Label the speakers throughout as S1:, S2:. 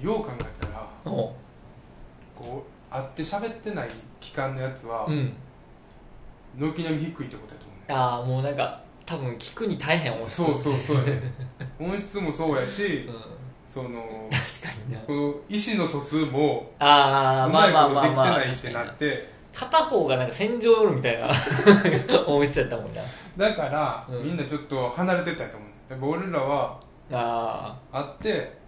S1: よう考えたら
S2: お
S1: こう会って喋ってない期間のやつは
S2: うん
S1: 軒並み低いってことやと思うね
S2: ああもうなんか多分聞くに大変多い
S1: そうそうそうやね音質もそうやし
S2: うん、確
S1: その
S2: かにな
S1: この意思の疎通も
S2: ああ
S1: う
S2: ま
S1: ま
S2: あ
S1: い
S2: まあ
S1: こと
S2: ま
S1: で
S2: あ
S1: きて
S2: まあ
S1: ないっ
S2: 確か
S1: て
S2: に
S1: なっ
S2: な
S1: て
S2: 片方がなんか戦場夜みたいな 音質やったもんな
S1: だから
S2: うん
S1: みんなちょっと離れてたと思うやっぱ俺らは
S2: ああ
S1: 会って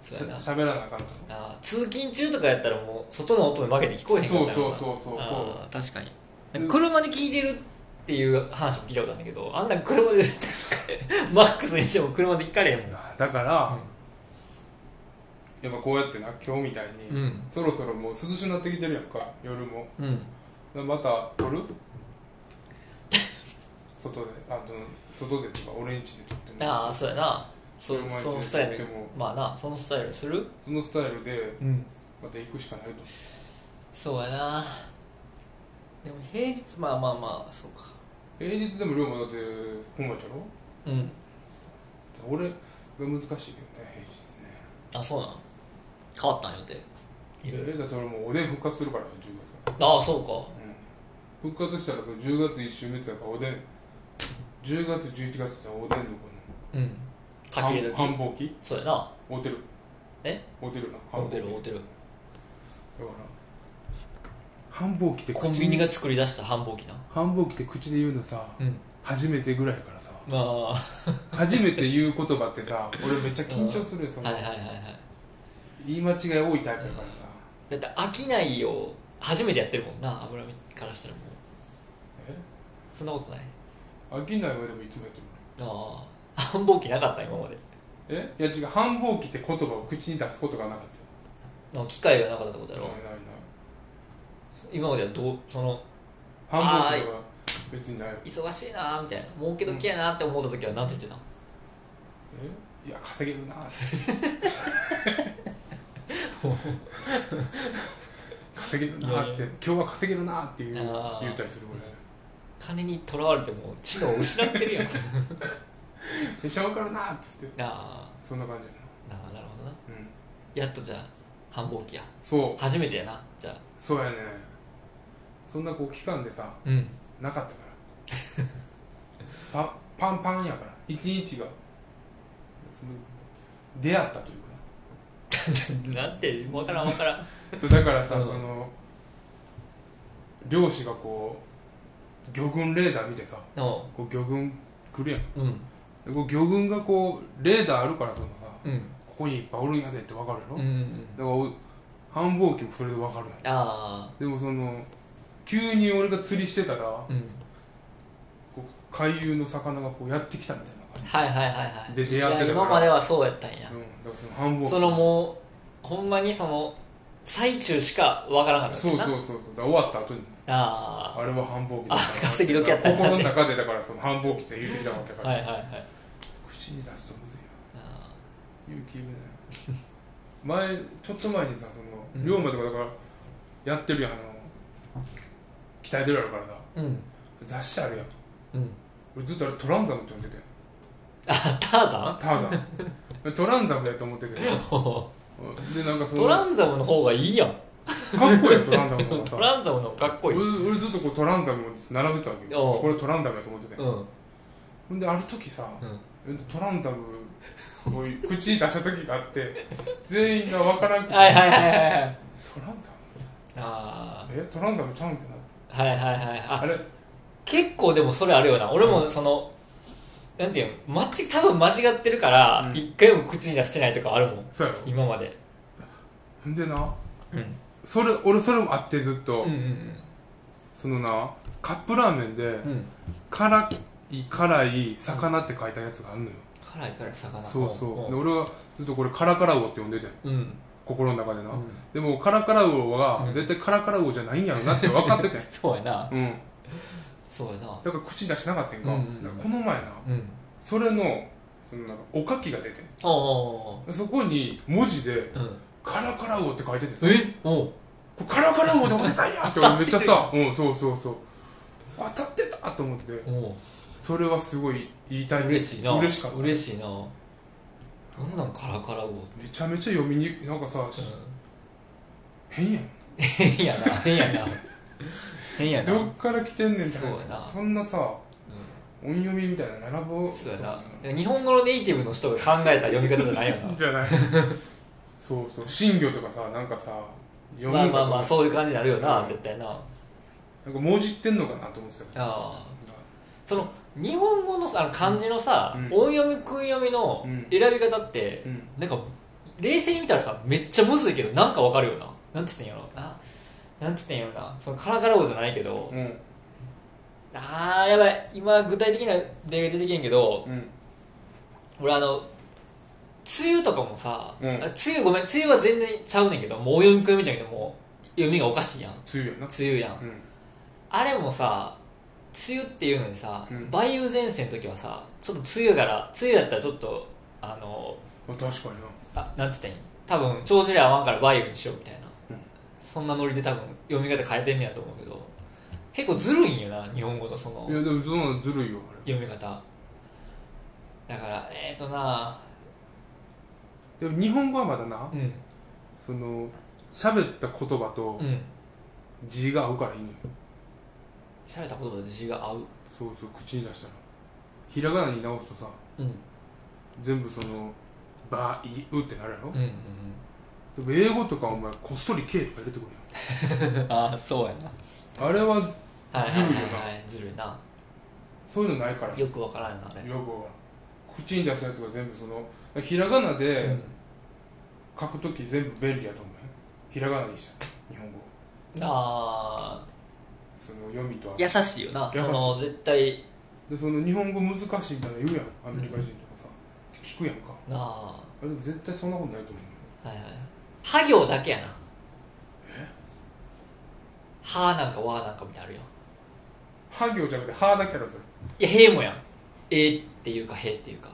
S1: し
S2: そうや
S1: ゃ
S2: な
S1: 喋らなあかんと
S2: あー通勤中とかやったらもう外の音に負けて聞こえへんか
S1: そ
S2: っ
S1: う
S2: た
S1: そうそうそうそう
S2: うあー確かになんか車で聞いてるっていう話も聞いたことあるんだけどあんなん車で絶対 聞かれマックスにしても車で聞かれへんもん
S1: だから、やっぱこうやってな今日みたいに、
S2: うん
S1: そろそろもう涼しくなってきてるやんか夜も
S2: うん
S1: また撮る外であの外でとか俺ん家で撮って
S2: ああ
S1: も
S2: そうやなそ
S1: 車椅子
S2: そのスタイ
S1: で
S2: ル
S1: も
S2: まあなそのスタイルにする
S1: そのスタイルで
S2: うん
S1: また行くしかないと
S2: そうやなでも平日まあまあまあそうか
S1: 平日でも龍馬だって本町やろ
S2: うん
S1: 俺が難しいけどね
S2: あそうなん変わったん予定
S1: 平日ねえだってそれもうおでん復活するから10月か、
S2: ああそうから
S1: うん、復活したらその10月1週目ってやからおでん10月11月っておでんのこ
S2: うん
S1: の
S2: 書き入れ
S1: 繁
S2: 時
S1: 繁忙期
S2: そうやな
S1: 合うてる
S2: え
S1: 合うてるよな
S2: 合うてる
S1: 繁忙期
S2: 合うてる
S1: だから繁忙期って
S2: コン
S1: 口
S2: ビニ
S1: に
S2: が作り出した繁忙期な
S1: 繁忙期って口で言うのさ
S2: うん
S1: 初めてぐらいからさ
S2: まあ
S1: 初めて言う言葉って さ俺めっちゃ緊張するよその
S2: はいはいはいはい
S1: 言い間違い多いタイプやからさ
S2: だって飽きないを初めてやってるもんな油身からしたらもう
S1: え
S2: そんなことない
S1: 飽きないまでもいつもやってる
S2: ああ繁忙期なかった今まで
S1: えいや違う繁忙期って言葉を口に出すことがなかった
S2: の機会がなかったってことや
S1: よ
S2: ろ
S1: ないないない
S2: 今まではどうその
S1: 繁忙期とか別にないよ
S2: 忙しいなーみたいな儲け時やなーって思った時は何て言ってたの
S1: えいや稼げる な稼げるなっ
S2: い
S1: て
S2: や
S1: 今日は稼げるなっていう言
S2: あー
S1: ったりするぐらい
S2: 金にとらわれてもう知能を失って るやん
S1: めっちゃ分かるなっつって
S2: あ
S1: そんな感じや
S2: ーあーなるほどな
S1: なうん
S2: やっとじゃあ繁忙期や
S1: そう
S2: 初めてやなじゃあ
S1: そうやねそんなこう期間でさ
S2: うん
S1: なかったからパパンパンやから一日がその出会ったというか
S2: なんて分からん分 からん
S1: だからさ、
S2: うん
S1: その漁師がこう魚群レーダー見てさ
S2: の
S1: こう魚群来るやん
S2: うん
S1: でこう魚群がこうレーダーあるからそのさ
S2: うん
S1: ここにいっぱいおるんやでって分かるやろ、
S2: うんう
S1: だから
S2: ん
S1: お繁忙期もそれで分かるやん
S2: あ
S1: でもその急に俺が釣りしてたら
S2: あうん
S1: こう海遊の魚がこうやってきたみたいな感
S2: はいはいはいはい
S1: で出会ってたから
S2: いや今まではそうやったんや
S1: じ、うん、だからその繁忙期
S2: そのもうほんまにその最中しか分からなかった
S1: そうそうそうそうだから終わった後に
S2: あ
S1: あれは繁忙期だから
S2: あ稼ぎ時やったんだ
S1: 心の中でだからその繁忙期って言うてきたわけだか
S2: あ
S1: ら、
S2: はいはいはい
S1: 口に出すとむずいよ
S2: あ
S1: 勇気いるね前ちょっと前にさその
S2: うん
S1: 龍馬とかだからやってるやんあの鍛えてるやろからな
S2: ーうん
S1: 雑誌あるやん
S2: うん
S1: 俺ずっとあれトランザムって呼んでて
S2: あターザン
S1: ターザントランザムだと思っててでなんかその
S2: ト
S1: か
S2: ランザムの方がいいやん
S1: っこいいやんトランザムの方がさ
S2: トランザムの方がかっこい
S1: 俺
S2: いうん
S1: 俺ずっとこうトランザムを並べてたわけ
S2: お
S1: よ
S2: う
S1: これトランザムやと思ってて
S2: うん
S1: ほんである時さ、トランダムこういう口に出した時があ って全員が分からんくて
S2: はいはいはいはい はい
S1: トランダ
S2: あ
S1: ムえトランダムちゃうんってなって
S2: あはいはいはい
S1: あ
S2: あ
S1: れ
S2: 結構でもそれあるよな俺もその、なんていうの間違多分間違ってるから
S1: うん
S2: 一、回も口に出してないとかあるもん
S1: そうやろ
S2: 今まで、
S1: ほんでな
S2: うん、
S1: それ俺それもあってずっと、
S2: うんうん
S1: そのなカップラーメンで
S2: うんうん
S1: 辛い辛い魚って書いたやつがあるのよ、
S2: 辛いから魚
S1: そうそうで
S2: う
S1: 俺はずっとこれカラカラ魚って呼んでて
S2: うんうん
S1: 心の中でな、
S2: うん
S1: でもカラカラ魚は
S2: うん
S1: 絶対カラカラ魚じゃないんやろなって分かって て
S2: そうやな
S1: うん
S2: そうやな
S1: だから口出してなかったんか,、
S2: うんうんうん
S1: この前な
S2: うん
S1: それのそのなんかおかきが出て
S2: おお
S1: そこに文字で
S2: うん
S1: 「カラカラ魚」って書いててさ
S2: えおう
S1: これカラカラ魚で思ってたんや って俺めっちゃさうんそうそうそう当たってたと思って
S2: おう
S1: それはすごい言いたい
S2: 嬉しいな
S1: 嬉しかった
S2: 嬉しいななんなんカラカラ語って、
S1: めちゃめちゃ読みにくいなんかさ、
S2: う
S1: 変やん
S2: ん、変やな変やな変やな、う
S1: ど
S2: ん、
S1: っから来てんねんって話
S2: そうやな
S1: そんなさ音読みみたいな並ぶ
S2: そうやなだから日本語のネイティブの人が考えた読み方じゃないよな
S1: じゃ ないそうそう新魚とかさなんかさ読む
S2: まあまあまあ
S1: なんか
S2: そういう感じになるよな、
S1: うん
S2: 絶対なあ
S1: もじってんのかなと思ってたけど
S2: あその日本語のさあの漢字のさ、
S1: うん
S2: 音読み訓読みの
S1: うん
S2: 選び方って、
S1: うん
S2: なんか冷静に見たらさめっちゃむずいけどなんかわかるよななんつってんやろななんつってんやろなそのカラカラ語じゃないけど、
S1: うん
S2: あーやばい今具体的な例が出てけんけど
S1: うん
S2: 俺あの梅雨とかもさ、
S1: うん
S2: あ梅雨ごめん梅雨は全然ちゃうねんけどもう音読み訓読みじゃんけどもう読みがおかしいやん
S1: 強いよな
S2: 梅雨やん
S1: うん
S2: あれもさ梅雨っていうのにさ、
S1: うん
S2: 梅雨前線の時はさちょっと梅雨から梅雨だったらちょっとあの
S1: あ確かにな
S2: あなんて言ったらいいん多分帳尻合わんから梅雨にしようみたいな、
S1: うん
S2: そんなノリで多分読み方変えてんねやと思うけど結構ずるいんよな日本語のその
S1: いやでもそんなのずるいよあ
S2: 読み方だからえっ、ー、とな
S1: れでも日本語はまだな
S2: うん
S1: その喋った言葉と
S2: うん
S1: 字が合うからいいのよ
S2: 喋った言葉と字が合う
S1: そうそう口に出したらひらがなに直すとさ
S2: うん
S1: 全部その「ばいう」ってなるやろ
S2: うんうん
S1: でも英語とかお前こっそり「K」とか入れてくる
S2: うん ああそうやな
S1: やんあれは
S2: はいはいはい、はい、ずるいな
S1: そういうのないからよ
S2: よくわからんよなあれ、
S1: くわからん口に出したやつが全部そのひらがなで
S2: うん
S1: 書くとき全部便利やと思うよひらがなにした日本語
S2: あ
S1: その読みと
S2: ー
S1: は
S2: 優しいよな
S1: 優しい
S2: その絶対
S1: でその日本語難しいみたいな言うやんアメリカ人とかさ、聞くやんか
S2: なあ
S1: あでも絶対そんなことないと思う
S2: はいはいは行だけやなはなんかわなんかみたいなのあるよ
S1: は行じゃなくてはだけやろそ
S2: いやへもやんえっていうかへっていうか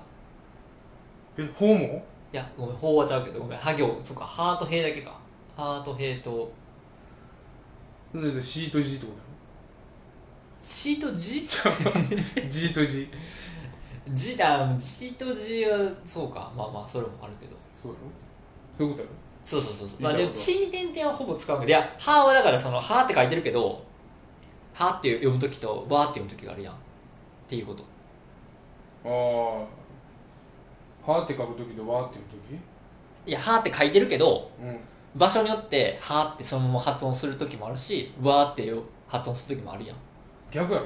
S1: れえほうも
S2: いやごめんほうはちゃうけどごめんは行そっかはとへだけかはとへと
S1: だって C と G ってことだろ
S2: しとじ
S1: G と G
S2: じだしとじはそうかまあまあそれもあるけど
S1: そうだろそういうことや
S2: そうそうそうそう
S1: いい
S2: まあでも
S1: な
S2: 「
S1: るほど
S2: ち」に点々はほぼ使うけどいや「は」はだからその「は」って書いてるけど「は」って読む時と「わ」って読む時があるやんっていうこと
S1: ろああはって書くときとわって言う
S2: いや「は」って書いてるけど
S1: ときうん
S2: 場所によって「は」ってそのまま発音する時もあるし「わ」ってよ発音する時もあるやん
S1: 逆や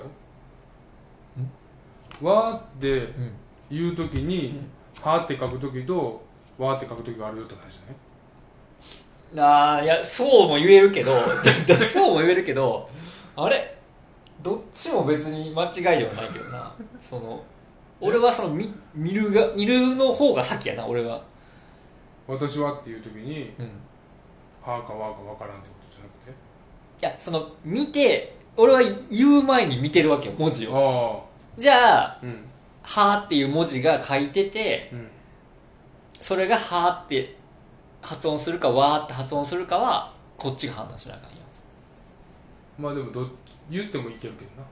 S1: ろわーって
S2: うん
S1: 言うときに
S2: うん
S1: はーって書くときとわーって書くときがあるよって話だね
S2: あーいやそうも言えるけど そうも言えるけどあれどっちも別に間違いではないけどなその俺はその見見るが見るの方が先やな俺は
S1: 私はっていうときに
S2: うん
S1: はーかわーかわからんってことじゃなくて
S2: いやその見て俺は言う前に見てるわけよ文字を
S1: あ
S2: じゃあ
S1: あうん
S2: 「は」っていう文字が書いてて
S1: うん
S2: それが「は」って発音するか「わ」って発音するかはこっちが判断しなあかんよ
S1: まあでもどっ言ってもいけるけど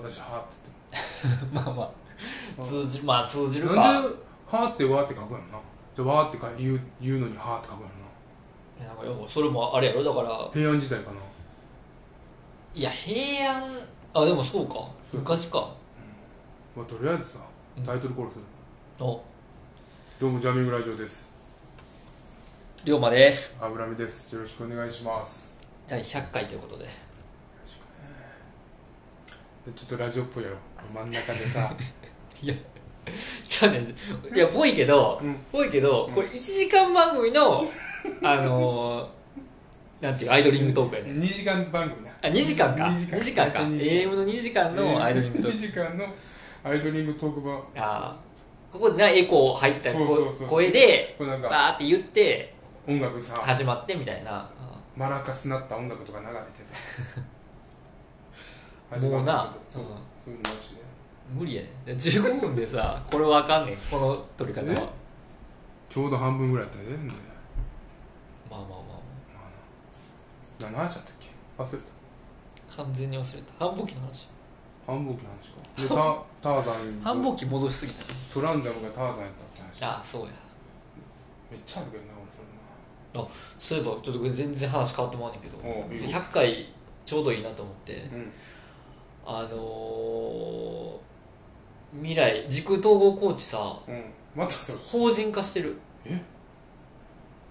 S1: な私はーって
S2: まあま
S1: う
S2: あ
S1: ん
S2: 通じまあ通じ
S1: 言
S2: る
S1: って
S2: か
S1: もなんではーってわーって書くんやろなじゃあわーってか言う言うのにはーって書くんやろない
S2: やなんかよそれもあれやろだから
S1: 平安時代かない
S2: や平安あでもそうか昔か
S1: まあとりあえずさ
S2: うん
S1: タイトルコールする
S2: お
S1: どうもジャミングラジオです
S2: 龍馬です
S1: 油見ですよろしくお願いします
S2: 第100回ということで
S1: でちょっとラジオっぽいやろ真ん中でさ
S2: じゃあねいやぽいけど
S1: うん
S2: ぽいけど、
S1: うん
S2: これ1時間番組のあのーなんていうアイドリングトークやね
S1: 2時間番組な
S2: あ2時間か
S1: 2
S2: 2
S1: 時
S2: 時
S1: 間
S2: 間か
S1: 2時
S2: AM の2時間のアイドリングトー
S1: 2時間のアイドリングトーク版
S2: クあーここでなエコー入った
S1: そうそうそう
S2: こ声で
S1: これなん
S2: バ
S1: か
S2: ーって言って
S1: 音楽さ
S2: 始まってみたいな
S1: マラカスなった音楽とか流れて
S2: あ
S1: た
S2: ー もうな、う
S1: そう、
S2: ん
S1: そういうのなしね
S2: 無理やね15分でさこれわかんねんこの撮り方は
S1: えちょうど半分ぐらいやったらええんだよ
S2: まあまあま
S1: 何話しちゃったっけ忘れた
S2: あ完全に忘れた繁忙期の話
S1: 繁忙期の 話かでタターザン
S2: 繁忙期戻しすぎたね
S1: トランザムがターザンやったって話
S2: ああそうや
S1: めっちゃあるけどな俺そ
S2: そういえばちょっと全然話変わってもらうんけど
S1: おういいよ
S2: 100回ちょうどいいなと思って
S1: れなうん
S2: あのー未来時空統合コーチさ
S1: うんまたそれ
S2: 法人化してる
S1: え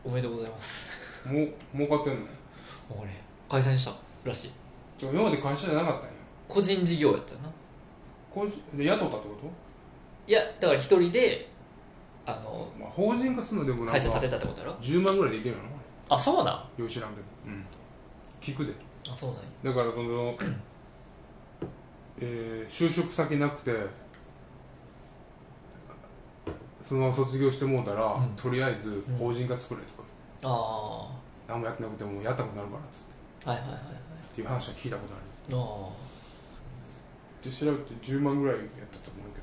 S2: おめでとうございます
S1: もう儲かってんの
S2: 俺解散したらしい
S1: ちょ今まで会社じゃなかったんや
S2: 個人事業やったよな
S1: こうしで雇ったってこ
S2: いやだから一人であの
S1: とまあ法人化するのでもなんか
S2: 会社建てたってことやろ
S1: 10万ぐらいでいけるの
S2: あそうなんあ
S1: よう知らんけどうん聞くで
S2: そうなんや
S1: だからその、えー就職先なくてそのまま卒業してもうたら、
S2: うん
S1: とりあえず
S2: ん
S1: 法人化作れとか、
S2: ああ
S1: 何もやってなくてもやったことになるからっつって
S2: はいはいはいはい
S1: っていう話は聞いたことある
S2: ああ
S1: で調べて10万ぐらいやったと思うけ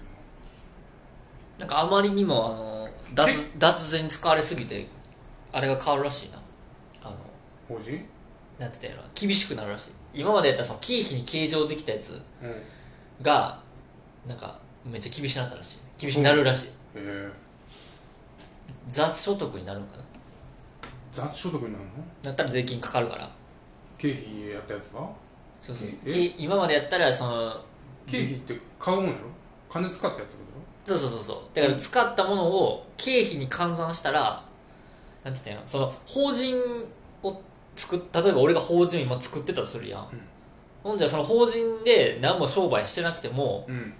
S1: どな
S2: なんかあまりにもあの脱脱税に使われすぎてあれが変わるらしいなあの
S1: 法人
S2: なんて言ったらいいの厳しくなるらしい今までやったらその経費に計上できたやつ
S1: うんへ
S2: がなんかめっちゃ厳しくなったらしい厳しくなるらしい、
S1: え
S2: 雑所得になるのかな
S1: 雑所得になるの
S2: なったら税金かかるから
S1: 経費やったやつが
S2: そうそうそう
S1: え
S2: け今までやったらその
S1: 経費って買うもんやろ金使ったやつってこ
S2: そうそうそうそうだから使ったものを経費に換算したらなんて言ったんやろその法人を作っ例えば俺が法人を今作ってたとするやん、
S1: うん
S2: ほんじゃその法人で何も商売してなくても
S1: とうん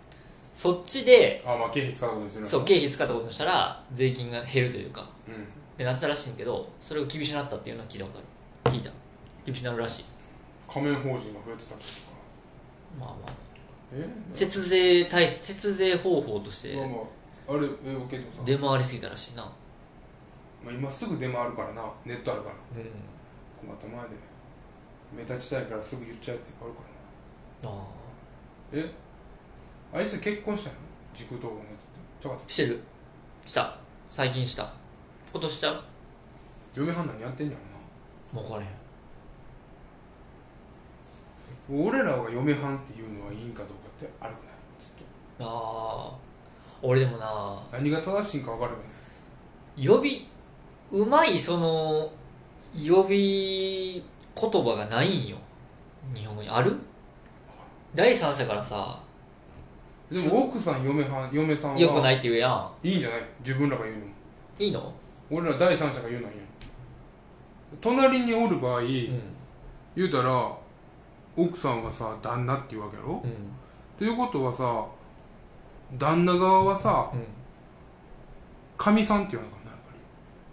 S2: そっちで
S1: あまあ経費使うことにするの
S2: そう経費使ったことにしたら税金が減るというか
S1: うん
S2: ってなってたらしいんやけどそれが厳しくなったっていうのは聞いたことある聞いた厳しくなるらしい
S1: 仮面法人が増えてたりとか
S2: まあまあ
S1: え
S2: 節税対節税方法として
S1: まあまああれえおけどさ
S2: 出回りすぎたらしいな
S1: まあ、今すぐ出回るからなネットあるから
S2: うん
S1: 困った前で目立ちたいからすぐ言っちゃうやついっぱいあるか
S2: ああ
S1: らなえあいつ結婚したの時空統合のやつってちょかっ
S2: してるした最近した今年しちゃう
S1: た嫁はん何やってんや
S2: もう分からへん
S1: ろな俺らが嫁はんっていうのはいいんかどうかってあるくないずっ
S2: ああ俺でもな
S1: と何が正しいんか分からへん
S2: 呼びうまいその呼び言葉がないんよ日本語にある第三者からさ
S1: でも奥さん嫁はん嫁さんは
S2: 良くないって言うやん
S1: いいんじゃない自分らが言うのも
S2: いいの
S1: 俺ら第三者が言うのはいいやん隣におる場合、
S2: うんうん
S1: 言うたら奥さんはさ旦那っていうわけやろ、ということはさ旦那側はさ
S2: うん
S1: かみさんって言わなあかんなやっぱ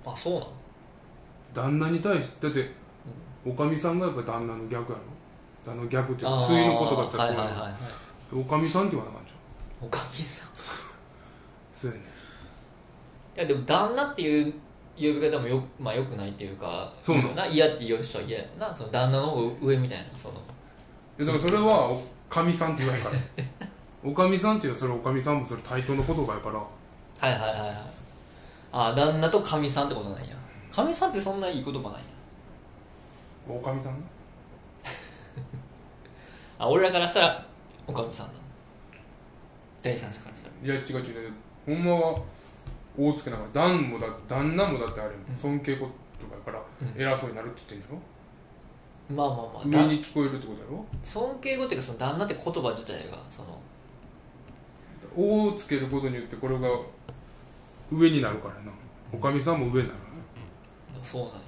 S1: り
S2: あそうなん
S1: 旦那に対してだって、おかみさんがやっぱ旦那の逆やろ旦那の逆っていう
S2: あ
S1: か
S2: ー
S1: ついのことだったら
S2: はい
S1: こう
S2: はい
S1: や
S2: はい
S1: ろ
S2: はい
S1: おかみさんって言わなあかんじゃん
S2: おかみさんい
S1: そうやね
S2: やでも旦那っていう呼び方もよ,、まあ、よくないっていうか
S1: そうなの
S2: よな嫌って言う人は嫌やなその旦那の方が上みたいなその
S1: いやだからそれはおかみさんって言わへんからおかみさんっていうのはそれおかみさんもそれ対等の言葉やから
S2: はいはいはいはいああ旦那とかみさんってことなんやかみさんってそんないい言葉なんや
S1: おかみさんね
S2: あ俺らからしたらおかみさんなの第三者からしたら
S1: いや違う違う違うほんまは大つけながら旦もだ旦那もだってあれやもん尊敬言葉やから
S2: うん
S1: 偉そうになるって言ってんだろ
S2: まあまあまあだ
S1: 上に聞こえるってことやろ
S2: 尊敬語っていうかその旦那って言葉自体がその
S1: 「お」をつけることによってこれが上になるからなおかみさんも上になる
S2: そうなんや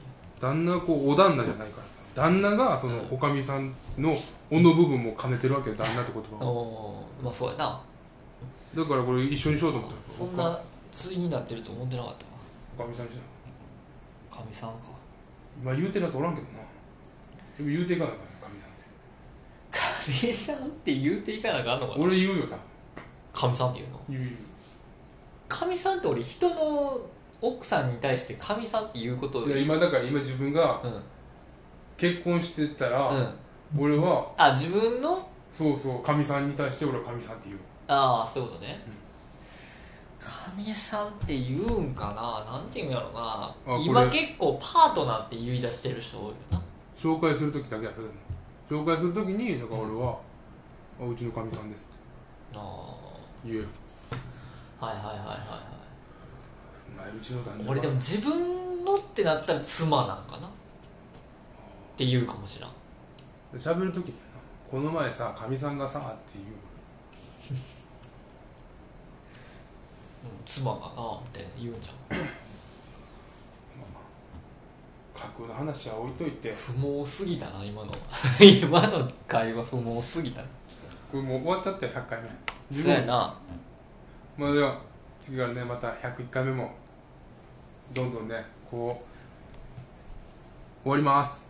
S1: 旦那はこうお旦那じゃないからさ旦那がその
S2: うん
S1: おかみさんの「お」の部分も兼ねてるわけよ旦那って言葉
S2: お
S1: を
S2: おーまあそうやな
S1: だからこれ一緒にしようと思ったよ
S2: そんな対になってると思ってなかったわ
S1: おかみさんじゃん
S2: かみさんか
S1: 今言うてるやつおらんけどなでも言うていかなあかんよおかみさんって
S2: かみさんって言うていかなあかんのかな
S1: 俺言うよ多分
S2: かみさんって言うの
S1: 言う言う
S2: かみさんって俺人の奥さんに対してかみさんって言うことを
S1: いや今だから今自分が
S2: うん、うん、
S1: 結婚してたら、俺は
S2: あ自分の
S1: そうそうかみさんに対して俺はかみさんって言う
S2: ああそういうことねかみ、さんって言うんかななんて言うんやろ
S1: こ
S2: な
S1: れ
S2: 今結構パートナーって言い出してる人多いよな
S1: 紹介する時だけやる紹介する時にだから俺は、あうちのかみさんですって
S2: あ
S1: 言える
S2: あはいはいはいはいはい
S1: まあうちの旦那は
S2: 俺でも自分のってなったら妻なんかなって言うかもしらん
S1: 喋る時にやなこの前さかみさんがさっていう
S2: うん妻がなみたいな言うんじゃん
S1: 架空の話は置いといて
S2: 不毛すぎたな今の 今の会話不毛すぎたな
S1: これもう終わっちゃったよ100回目
S2: そうやな
S1: まあでは次からねまた101回目もどんどんねこう終わります